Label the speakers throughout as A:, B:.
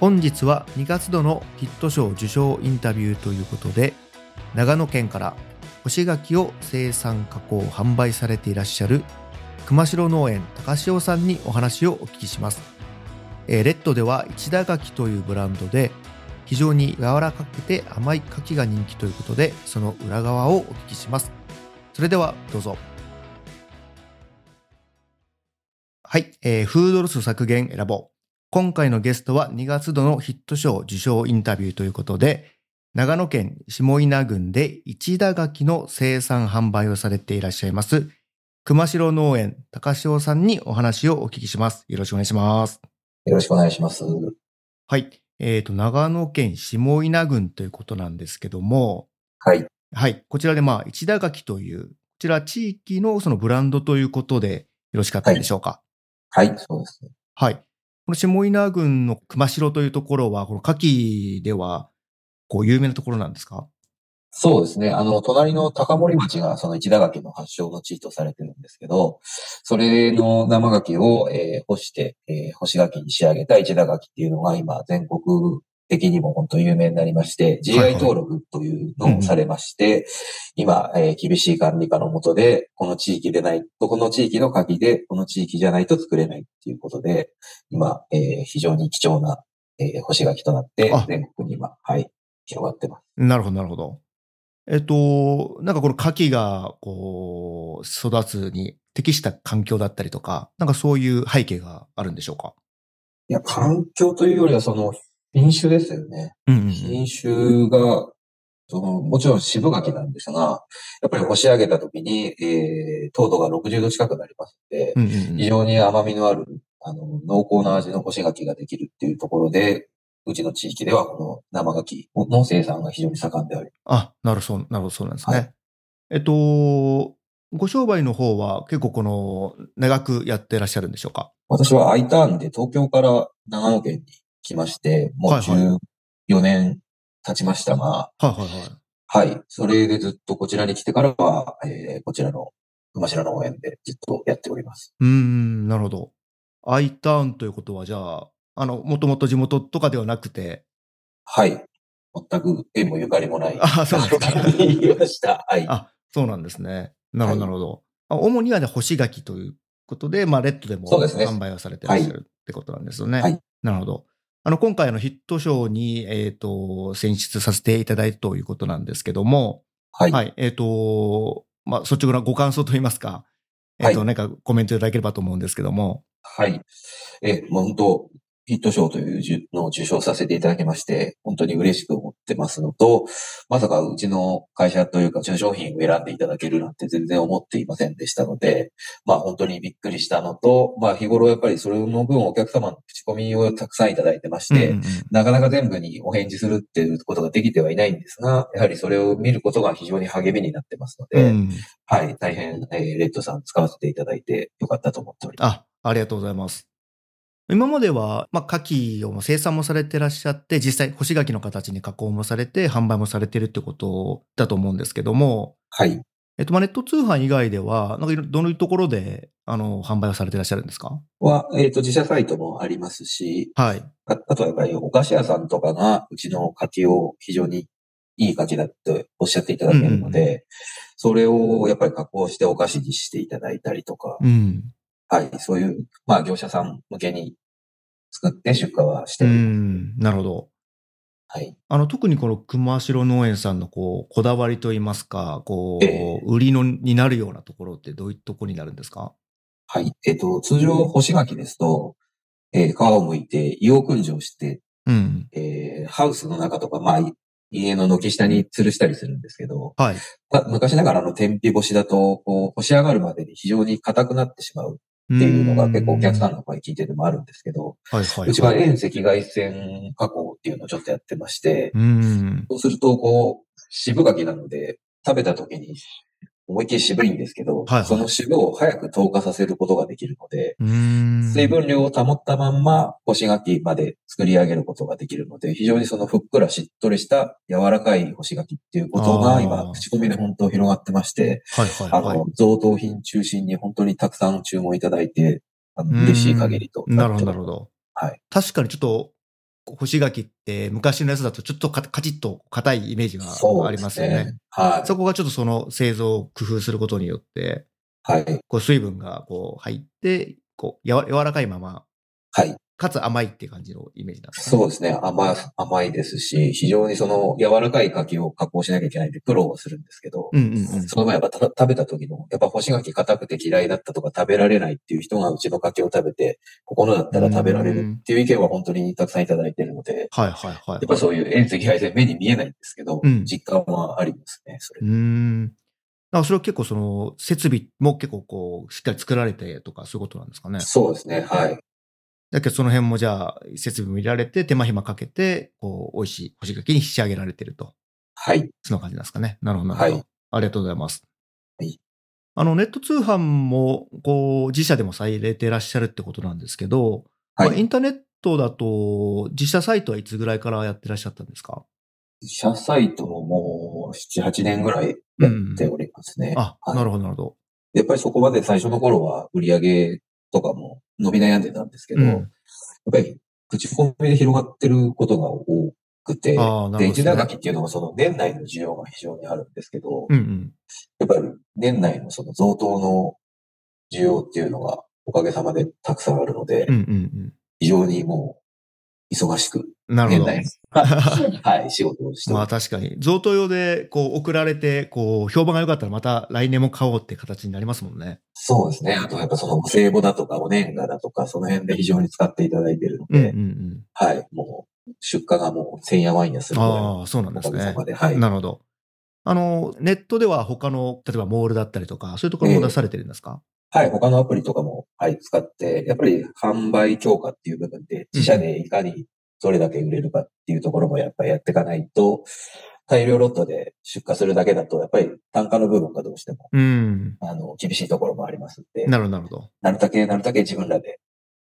A: 本日は2月度のヒット賞受賞インタビューということで長野県から干し柿を生産加工販売されていらっしゃる熊代農園高潮さんにお話をお聞きします、えーレッドでは一田柿というブランドで非常に柔らかくて甘い柿が人気ということでその裏側をお聞きしますそれではどうぞはい、えーフードロス削減ラボ今回のゲストは2月度のヒット賞受賞インタビューということで長野県下稲郡で一田柿の生産販売をされていらっしゃいます熊代農園高潮さんにお話をお聞きします。よろしくお願いします。
B: よろしくお願いします。
A: はい。えっ、と、長野県下稲郡ということなんですけども、
B: はい。
A: はい。こちらで、まあ、一田垣という、こちら地域のそのブランドということでよろしかったでしょうか。
B: はい、そうですね。
A: はい。この下稲郡の熊代というところは、この牡蠣では、こう、有名なところなんですか
B: そうですね。あの、隣の高森町がその一田垣の発祥の地とされてるんですけど、それの生垣を、えー干して、えー干し柿に仕上げた一田垣っていうのが今全国的にも本当有名になりまして、
A: はい
B: GI 登録というのをされまして、今、えー厳しい管理下のもとで、この地域でないと、この地域の柿で、この地域じゃないと作れないっていうことで、今、えー非常に貴重な、えー干し柿となって
A: あ、
B: 全国に今、はい、広がってます。
A: なるほど、なるほど。えっと、なんかこの牡蠣が、こう、育つに適した環境だったりとか、なんかそういう背景があるんでしょうか
B: いや、環境というよりは、その、品種ですよね。
A: うんうんうん。
B: 品種が、その、もちろん渋柿なんですが、やっぱり干し上げた時に、えー、糖度が60度近くなりますので、
A: うんうん
B: 非常に甘みのある、あの、濃厚な味の干し柿ができるっていうところで、うちの地域ではこの生柿の生産が非常に盛んであり
A: あ、なるほど、なるほど、そうなんですね。
B: はい
A: えっと、ご商売の方は結構この、長くやってらっしゃるんでしょうか
B: 私は I ターンで東京から長野県に来まして、もう
A: はいは
B: 14年経ちましたが、
A: はいはいはい。
B: はい。それでずっとこちらに来てからは、えーこちらの、馬代農園でずっとやっております。
A: うーん、なるほど。I ターンということは、じゃあ、あの、もともと地元とかではなくて、
B: はい。全く縁もゆかりもない。
A: あそうなんですか
B: なるほど言いました。 はい。
A: あ、そうなんですね。なるほど、
B: は
A: ないるほど。あ主にはね、干し柿ということで、まあ、レッドでも
B: そうですね
A: 販売をされてらっしゃるってことなんですよね。
B: はい
A: なるほど。あの、今回あのヒット賞に、えっ、と、選出させていただいたということなんですけども、
B: は。
A: はいい、えっ、と、まあ、率直なご感想といいますか、えっ、と、
B: は
A: なんかコメントいただければと思うんですけども、
B: はい。えー、もう本当、ヒット賞という受のを受賞させていただきまして、本当に嬉しく思ってますのと、まさかうちの会社というか、うちの商品を選んでいただけるなんて全然思っていませんでしたので、まあ本当にびっくりしたのと、まあ日頃やっぱりそれの分お客様の口コミをたくさんいただいてまして、
A: うんうんうん
B: なかなか全部にお返事するっていうことができてはいないんですが、やはりそれを見ることが非常に励みになってますので、
A: うん
B: はい、大変、えーレッドさん使わせていただいてよかったと思っております。
A: あ、ありがとうございます。今までは、まあ、牡蠣を生産もされてらっしゃって、実際、干し柿の形に加工もされて、販売もされてるってことだと思うんですけども、
B: はい。
A: えっと、まあネット通販以外では、なんかいろ、どのところで、あの、販売をされてらっしゃるんですか
B: は、えっ、と、自社サイトもありますし、
A: はい。
B: ああとはやっぱりお菓子屋さんとかがうちの柿を非常にいい柿だっておっしゃっていただけるので、
A: うん
B: それをやっぱり加工してお菓子にしていただいたりとか、
A: うん。
B: はい、そういう、まあ業者さん向けに作って出荷はして
A: う
B: おります。
A: ん、なるほど。
B: はい。
A: あの、特にこの熊代農園さんの、こう、こだわりといいますか、こ
B: え
A: う、売りの、になるようなところってどういうところになるんですか
B: はい。えっ、と、通常干し柿ですと、えー皮を剥いて、硫黄燻蒸して、
A: うん。
B: えーハウスの中とか、まあ、い家の軒下に吊るしたりするんですけど、
A: はい。
B: ま昔ながらの天日干しだと、こう、干し上がるまでに非常に硬くなってしまうっていうのが結構お客さんの声聞いてでもあるんですけど、
A: はいはい、はいう
B: ちは遠赤外線加工っていうのをちょっとやってまして、
A: うん。
B: そうすると、こう、渋柿なので、食べた時に思いっきり渋いんですけ
A: は
B: ど、
A: いはい
B: その渋を早く透過させることができるので、
A: うん。
B: 水分量を保ったまんま、干し柿まで作り上げることができるので、非常にそのふっくらしっとりした柔らかい干し柿っていうこと
A: あ
B: が
A: ー
B: 今、口コミで本当広がってまして、
A: はいはい
B: あ
A: はい
B: の、。贈答品中心に本当にたくさん注文いただいて、あの嬉しい限りと
A: なるほど、な
B: る
A: るほど。
B: はい。
A: 確かにちょっと、干し柿って昔のやつだとちょっとカカチッと硬いイメージが
B: そう
A: ありますよね。そ
B: ですはい。
A: こがちょっとその製造を工夫することによって、
B: はい。
A: こう水分がこう入って、こうやわ柔らかいまま、
B: はい。
A: かつ甘いって感じのイメージなんですね
B: そうですね。甘、甘いですし、非常にその柔らかい柿を加工しなきゃいけないんで苦労はするんですけど、
A: うんうんうん。
B: その前やっぱた食べた時の、やっぱ干し柿硬くて嫌いだったとか食べられないっていう人がうちの柿を食べて、ここのだったら食べられるっていう意見は本当にたくさんいただいてるので、
A: はいはいはい。
B: やっぱそういう遠赤外線目に見えないんですけど、
A: うん
B: 実感はありますね、それ
A: う。ーん。だからそれは結構その設備も結構こうしっかり作られてとかそういうことなんですかね。
B: そうですね、はい。
A: だけどその辺もじゃあ設備も入れられて手間暇かけてこう美味しい干し柿に仕上げられてると。
B: はい。
A: そんな感じなんですかね。なるほどなるほど。
B: はい
A: ありがとうございます。
B: はい
A: あのネット通販もこう自社でもされてらっしゃるってことなんですけど、
B: は
A: まあイ
B: い。
A: ンターネットだと自社サイトはいつぐらいからやってらっしゃったんですか
B: 自社サイトももう7、8年ぐらいやっておりますね。
A: あ、
B: はい
A: なるほどなるほど。
B: やっぱりそこまで最初の頃は売り上げとかも伸び悩んでたんですけど、
A: うん
B: やっぱり口コミで広がってることが多くて、
A: ああ、な
B: で、
A: るほ
B: 一
A: ど、
B: 打書きっていうのはその年内の需要が非常にあるんですけど、
A: うんうん。
B: やっぱり年内のその贈答の需要っていうのがおかげさまでたくさんあるので、
A: うんうん
B: 非常にもう忙しく
A: うん。なる
B: 年
A: ほど。
B: 内の、はい、仕事をして
A: ま
B: ま
A: あ
B: す。
A: 確かに。贈答用で、こう、送られて、こう、評判が良かったらまた来年も買おうって形になりますもんね。
B: そうですね。あとやっぱそのお歳暮だとかお年賀だとかその辺で非常に使っていただいてるの
A: う
B: で、
A: んうんうん。
B: はい、もう出荷がもう千夜ワインやするぐらいの
A: ああ、そうなんで
B: お
A: す
B: かげさ
A: ね
B: ま。で、はい。
A: なるほど。あの、ネットでは他の、例えばモールだったりとか、そういうところも出されてるんですか、
B: はい、他のアプリとかも、はい、使って、やっぱり販売強化っていう部分で、自社でいかにどれだけ売れるかっていうところもやっぱりやっていかないと、大量ロットで出荷するだけだと、やっぱり単価の部分がどうしても、
A: うん。
B: あの、厳しいところもありますんで、
A: なるほど、なるほど。
B: なるだけ、なるだけ自分らで、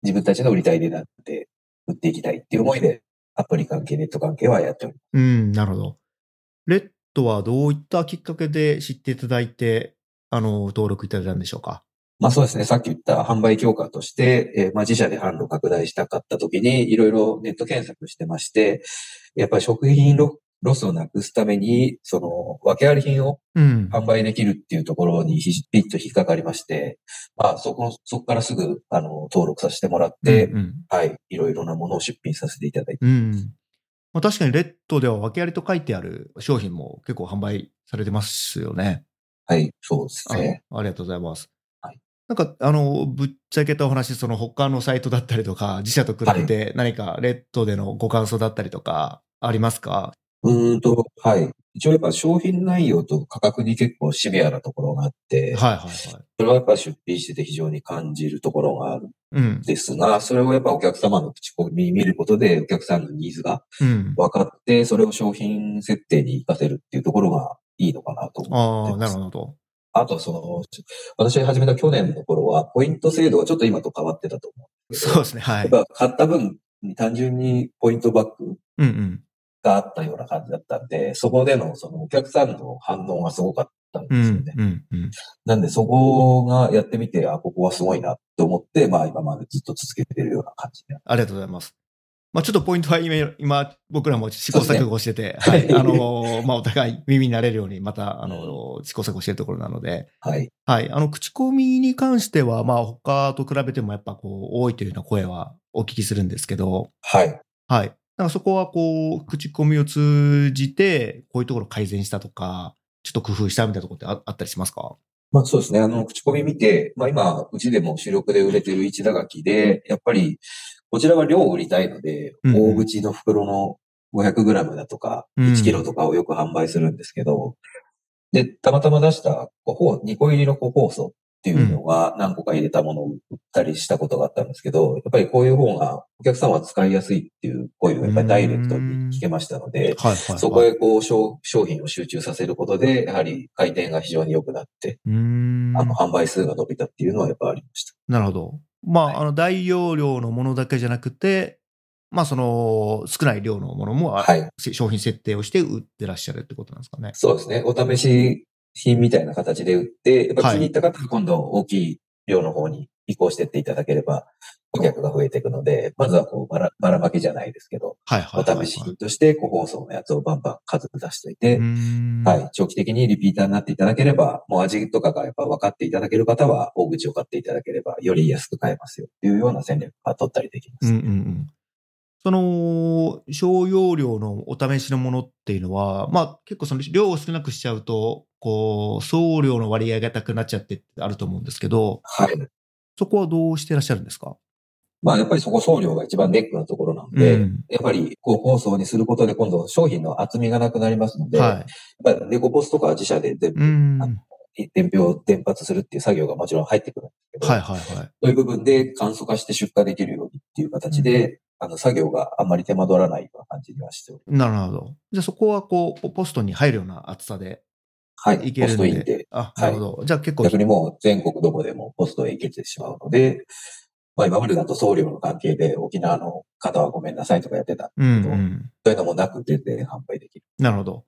B: 自分たちの売りたい値段で売っていきたいっていう思いで、アプリ関係、ネット関係はやっております。
A: うん、なるほど。レッドはどういったきっかけで知っていただいて、あの、登録いただいたんでしょうか
B: まあそうですね。さっき言った販売強化として、えーまあ自社で販路拡大したかった時に、いろいろネット検索してまして、やっぱり食品ロロスをなくすために、その、訳あり品を
A: うん。
B: 販売できるっていうところにひピッと引っかかりまして、まあそこ、そこからすぐ、あの、登録させてもらって、
A: うんうん
B: はい、いろいろなものを出品させていただいて、
A: うん。まあ、確かにレッドでは訳ありと書いてある商品も結構販売されてますよね。
B: はい、そうですね。
A: あありがとうございます。
B: はい
A: なんか、あの、ぶっちゃけたお話、その他のサイトだったりとか、自社と比べて何かレッドでのご感想だったりとか、ありますか、
B: うーんと、はい。一応やっぱ商品内容と価格に結構シビアなところがあって、
A: はいはいはい。
B: それはやっぱ出品してて非常に感じるところがある
A: うん。
B: ですが、それをやっぱお客様の口コミ見ることで、お客さんのニーズが
A: うん。
B: 分かって、それを商品設定に活かせるっていうところがいいのかなと。
A: ああ、なるほど。
B: あと、その、私が始めた去年の頃は、ポイント制度がちょっと今と変わってたと思う。
A: そうですね。はい。
B: やっぱ買った分に単純にポイントバック
A: うんうん。
B: があったような感じだったんで、そこでのそのお客さんの反応がすごかったん
A: う
B: ですよね。
A: ん。うん。うん。
B: なんでそこがやってみて、あ、ここはすごいなって思って、まあ今までずっと続けてるような感じで。
A: ありがとうございます。まあ、ちょっとポイントは今、今僕らも試行錯誤してて、
B: そう
A: は
B: で
A: い。
B: すね
A: あの、まあ、お互い耳になれるように、また、あの、試行錯誤してるところなので、
B: はい。
A: はい。あの、口コミに関しては、まあ、他と比べてもやっぱこう、多いというような声はお聞きするんですけど、
B: はい。
A: はい。だからそこはこう、口コミを通じて、こういうところ改善したとか、ちょっと工夫したみたいなところってああったりしますか
B: まあそうですね。あの、口コミ見て、まあ今、うちでも主力で売れてる一打書きで、やっぱり、こちらは量を売りたいので、
A: うんうん
B: 大口の袋の 500g だとか、
A: うん
B: 1キロとかをよく販売するんですけど、で、たまたま出した個包、2個入りの個包装っていうのが何個か入れたものを売ったりしたことがあったんですけど、やっぱりこういう方がお客さんは使いやすいっていう声をやっぱりダイレクトに聞けましたので、
A: はい、はい。
B: そこ
A: へ。
B: へこう商商品を集中させることで、やはり回転が非常に良くなって、
A: うーん。
B: あの、販売数が伸びたっていうのはやっぱありました。
A: なるほど。まあ、
B: はい
A: あの、大容量のものだけじゃなくて、まあ、その、少ない量のものも、あ
B: はい。
A: 商品設定をして売ってらっしゃるってことなんですかね。
B: そうですね。お試し品みたいな形で売って、やっぱ気に入った方は今度大きい量の方に移行してっていただければ、顧客が増えていくので、まずはこうばら、ばらまけじゃないですけど、
A: はいは
B: お
A: いはい、
B: 試し品として、個包装のやつをバンバン数出しておいて、
A: は。
B: はいい。長期的にリピーターになっていただければ、もう味とかがやっぱ分かっていただける方は、大口を買っていただければ、より安く買えますよっていうような戦略が取ったりできま
A: う
B: す。
A: んうんうん。その、商用量のお試しのものっていうのは、まあ結構その量を少なくしちゃうと、こう、送料の割合が高くなっちゃってってあると思うんですけど、
B: はい。
A: そこはどうしてらっしゃるんですか
B: まあやっぱりそこ送料が一番ネックなところなので、
A: うん
B: やっぱり個包装にすることで今度商品の厚みがなくなりますので、
A: はい。
B: やっぱりデコポスとかは自社で全部
A: うん。は
B: あ
A: い
B: 伝票を伝発するっていう作業がもちろん入ってくるんですけど、
A: はいはい。
B: そういう部分で簡素化して出荷できるようにっていう形で、あの作業があんまり手間取らないような感じにはしており
A: なるほど。じゃあそこはこう、ポストに入るような厚さで
B: ます。はいい。
A: け
B: ポ
A: る
B: ス
A: の
B: ト
A: で。
B: インで。
A: あ、
B: い
A: なるほど。じゃあ結構、
B: 逆にもう全国どこでもポストへ行けてしまうので、まあ今までだと送料の関係で沖縄の方はごめんなさいとかやってた。
A: うんうん。
B: そういうのもなく全然販売できる。
A: なるほど。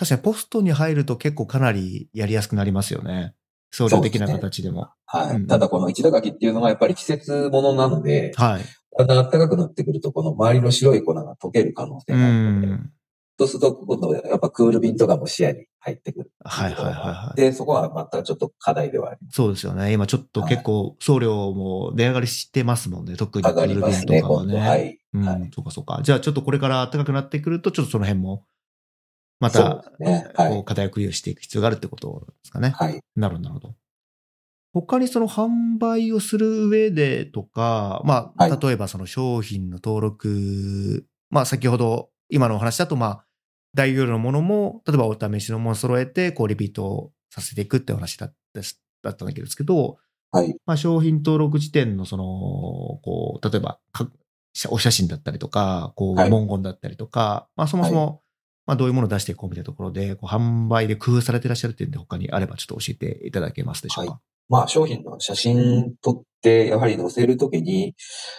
A: 確かにポストに入ると結構かなりやりやすくなりますよね。送料的な形でも。
B: はい。
A: うん
B: ただこの一打書きっていうのがやっぱり季節ものなので、
A: はい。
B: だんだん暖かくなってくるとこの周りの白い粉が溶ける可能性
A: う
B: があるので、
A: ん。
B: そうすると、今度やっぱクール便とかも視野に入ってくる。
A: はいはいはいはい。
B: で、そこはまたちょっと課題ではありま
A: そうですよね。今ちょっと結構送料も値上がりしてますもんね。特に
B: す。上がりますね、
A: クール
B: 今
A: 便と
B: 度。
A: か
B: は
A: はね。
B: い。
A: う
B: は
A: ん
B: い。
A: そうかそうか。じゃあちょっとこれから暖かくなってくると、ちょっとその辺も、ま
B: そ
A: た
B: うです、ね。は
A: こう、
B: い。
A: 課題をクリアしていく必要があるってことですかね。
B: はい。
A: なるほど、なるほど。他にその販売をする上でとか、まあ、
B: はい
A: 例えばその商品の登録、まあ先ほど今のお話だと、まあ、大容量のものも、例えばお試しのものを揃えて、こう、リピートさせていくってお話だったしだったんだけどですけど、
B: はい。
A: まあ、商品登録時点のその、こう、例えばか、お写真だったりとか、こう、
B: はい
A: 文言だったりとか、まあ、そもそも、まあ、どういうものを出していこうみたいなところで、こう販売で工夫されてらっしゃるっていうんで、他にあればちょっと教えていただけますでしょうか。
B: まあ、商品の写真撮って、やはり載せるときに、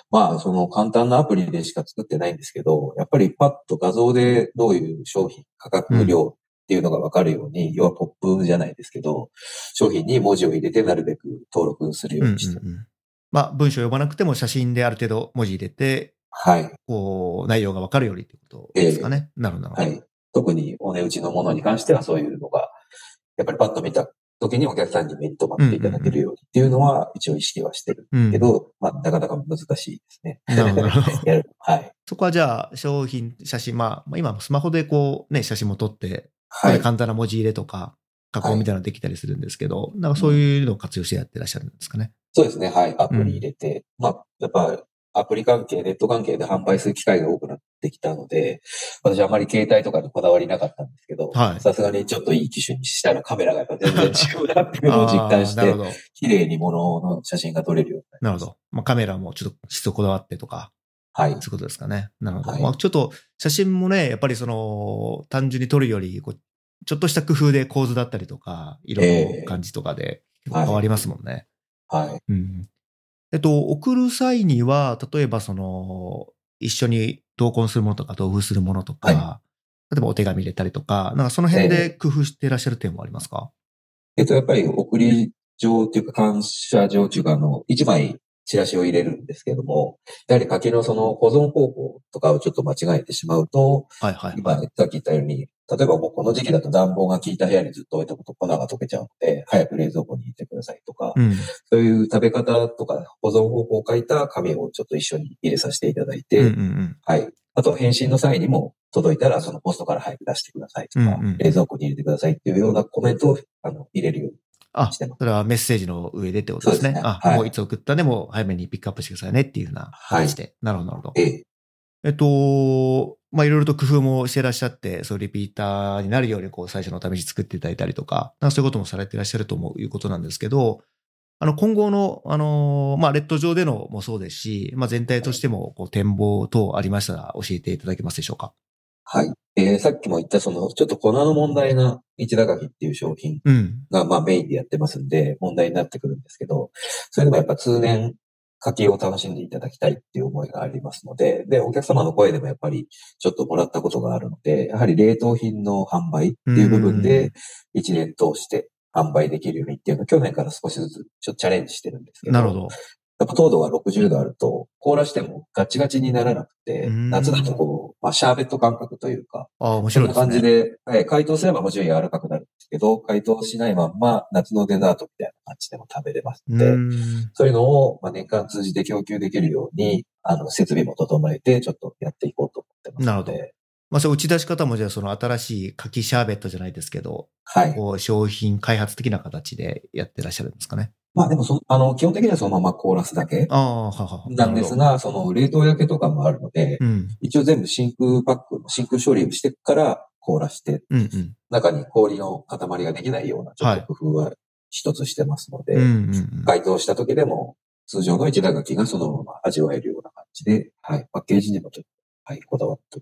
B: まあ、その簡単なアプリでしか作ってないんですけど、やっぱりパッと画像でどういう商品、価格、量っていうのがわかるように、要はポップじゃないですけど、商品に文字を入れてなるべく登録するようにしてます。
A: うんうんうんまあ、文章を読まなくても写真である程度文字入れて、
B: はい。
A: こう、内容がわかるようにってことですかね。なるほど。なるほ
B: は
A: ど
B: い。特にお値打ちのものに関してはそういうのが、やっぱりパッと見た時にお客さんに目に留まっていただけるようにっていうのは一応意識はしてる
A: うん
B: けど、まあ、なかなか難しいですね。
A: なるほどなるほど
B: やる。はい。
A: そこはじゃあ、商品、写真、まあ、まあ今スマホでこう、ね、写真も撮って、
B: は
A: で
B: い。
A: 簡単な文字入れとか、加工みたいなのできたりするんですけど、なんかそういうのを活用してやってらっしゃるんですかね。
B: そうですね。はい。アプリ入れて、まあ、やっぱ、アプリ関係、ネット関係で販売する機会が多くなってきたので、私あまり携帯とかにこだわりなかったんですけど
A: はい、
B: さすがにちょっといい機種にしたらカメラがやっぱ全然 違うなっていうのを実
A: あ
B: 感
A: ー
B: し
A: なる
B: て
A: ほ、ど。
B: 綺麗にものの写真が撮れるようになり
A: な
B: ま
A: る
B: し
A: ほ
B: た。
A: ど。まあ、カメラもちょっと質をこだわってとか、
B: はい
A: そう。いうことですかね。なるほど。
B: はい
A: まあ、ちょっと写真もね、やっぱりその、単純に撮るよりこう、ちょっとした工夫で構図だったりとか、色
B: え
A: の
B: え
A: 感じとかで結
B: は
A: 構
B: い
A: 変わりますもんね。
B: はい。
A: うん。えっと、送る際には、例えばその、一緒に同梱するものとか、同封するものとか、
B: は
A: 例えばお手紙入れたりとか、なんかその辺で工夫していらっしゃる点はありますか、
B: えっと、やっぱり送り状というか、感謝状というか、あの、一枚チラシを入れるんですけども、やはり柿のその保存方法とかをちょっと間違えてしまうと、
A: はいはい。
B: 今、さっき言ったように、例えばもうこの時期だと暖房が効いた部屋にずっと置いておくと粉が溶けちゃうので、早く冷蔵庫に入れてくださいとか、
A: うん。
B: そういう食べ方とか保存方法を書いた紙をちょっと一緒に入れさせていただいて、
A: うんうんうん。
B: はい。あと、返信の際にも、届いたら、そのポストから早く出してくださいとか、
A: うんうん
B: 冷蔵庫に入れてくださいっていうようなコメントをあの入れるように。
A: あ、
B: してます
A: それはメッセージの上でってことですね。
B: そうですね
A: あ、
B: はい
A: もういつ送ったんでも早めにピックアップしてくださいねっていうふうな形で。なるほど、なるほど。
B: ええ、
A: えっと、まあ、いろいろと工夫もしてらっしゃって、そうリピーターになるように、こう、最初のお試し作っていただいたりとか、なんかそういうこともされてらっしゃると思ういうことなんですけど、あの、今後の、あの、まあ、レッド上でのもそうですし、まあ、全体としても、こう、展望等ありましたら教えていただけますでしょうか。
B: はい。えーさっきも言った、その、ちょっと粉の問題が、一打書きっていう商品
A: うん。
B: が、まあメインでやってますんで、問題になってくるんですけど、それでもやっぱ通年、柿を楽しんでいただきたいっていう思いがありますので、で、お客様の声でもやっぱりちょっともらったことがあるので、やはり冷凍品の販売っていう部分
A: うん
B: で、一年通して販売できるようにっていうのを去年から少しずつちょっとチャレンジしてるんですけど、
A: なるほど。
B: やっぱ糖度が60度あると、凍らしてもガチガチにならなくて、
A: うん
B: 夏だとこう、まあ、シャーベット感覚というか、
A: ああ、面
B: そん
A: 白い
B: な
A: です
B: 感じ
A: ね。
B: で、はい、解凍すればもちろん柔らかくなるんですけど、解凍しないまんま夏のデザートみたいな感じでも食べれますので、
A: うん
B: そういうのを、まあ、年間通じて供給できるように、あの、設備も整えて、ちょっとやっていこうと思ってますので。
A: なるまあ、そう打ち出し方もじゃあその新しい柿シャーベットじゃないですけど、
B: はい。
A: こう商品開発的な形でやってらっしゃるんですかね。
B: まあでもそ、あの、基本的にはそのまま凍らすだけ
A: ああ、ははは。
B: なんですが、その冷凍焼けとかもあるの
A: なる
B: で、
A: ほど。うん。
B: 一応全部真空パック、真空処理をしてから凍らして、
A: うんうん。
B: 中に氷の塊ができないようなちょっと工夫は一つしてますので、
A: うんうんうん。
B: 解凍した時でも通常の一打書きがそのまま味わえるような感じで、はい、パッケージにもちょっと、はい、こだわって。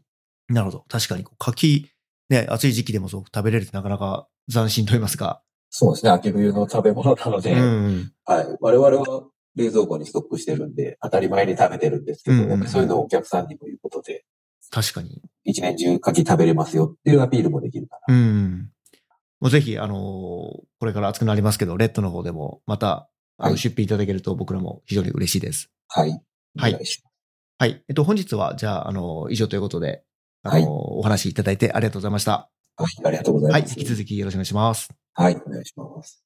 A: なるほど。確かにこう、柿、ね、暑い時期でもそう食べれるってなかなか斬新と言いますか。
B: そうですね、秋冬の食べ物なので、
A: うんうん。
B: はい、我々は冷蔵庫にストックしてるんで、当たり前に食べてるんですけど、
A: うんうんうん
B: やっぱりそういうのをお客さんにも言うことで、
A: 確かに。
B: 一年中柿食べれますよっていうアピールもできるか
A: うんうん。もうぜひ、あのーこれから暑くなりますけど、レッドの方でもまた、あ
B: は
A: の、
B: い
A: 出品いただけると僕らも非常に嬉しいです。
B: ら。はい。
A: はい
B: お願します
A: はい。えっと、本日は、じゃあ、あの、以上ということで、あの、
B: はい
A: お話いただいてありがとうございました。
B: はい、ありがとうござい
A: はい。
B: ま
A: 引
B: す。
A: き続きよろしくお願いします。
B: はい、お願いします。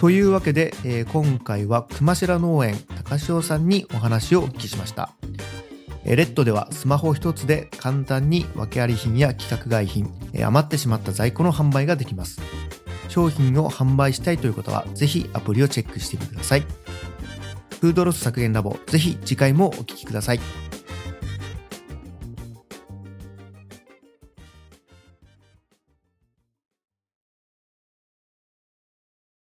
A: というわけで、えー今回は熊代農園高潮さんにお話をお聞きしました。えーレッドではスマホ一つで簡単に訳あり品や規格外品、えー余ってしまった在庫の販売ができます。商品を販売したいという方は、ぜひアプリをチェックしてみてください。フードロス削減ラボ、ぜひ次回もお聞きください。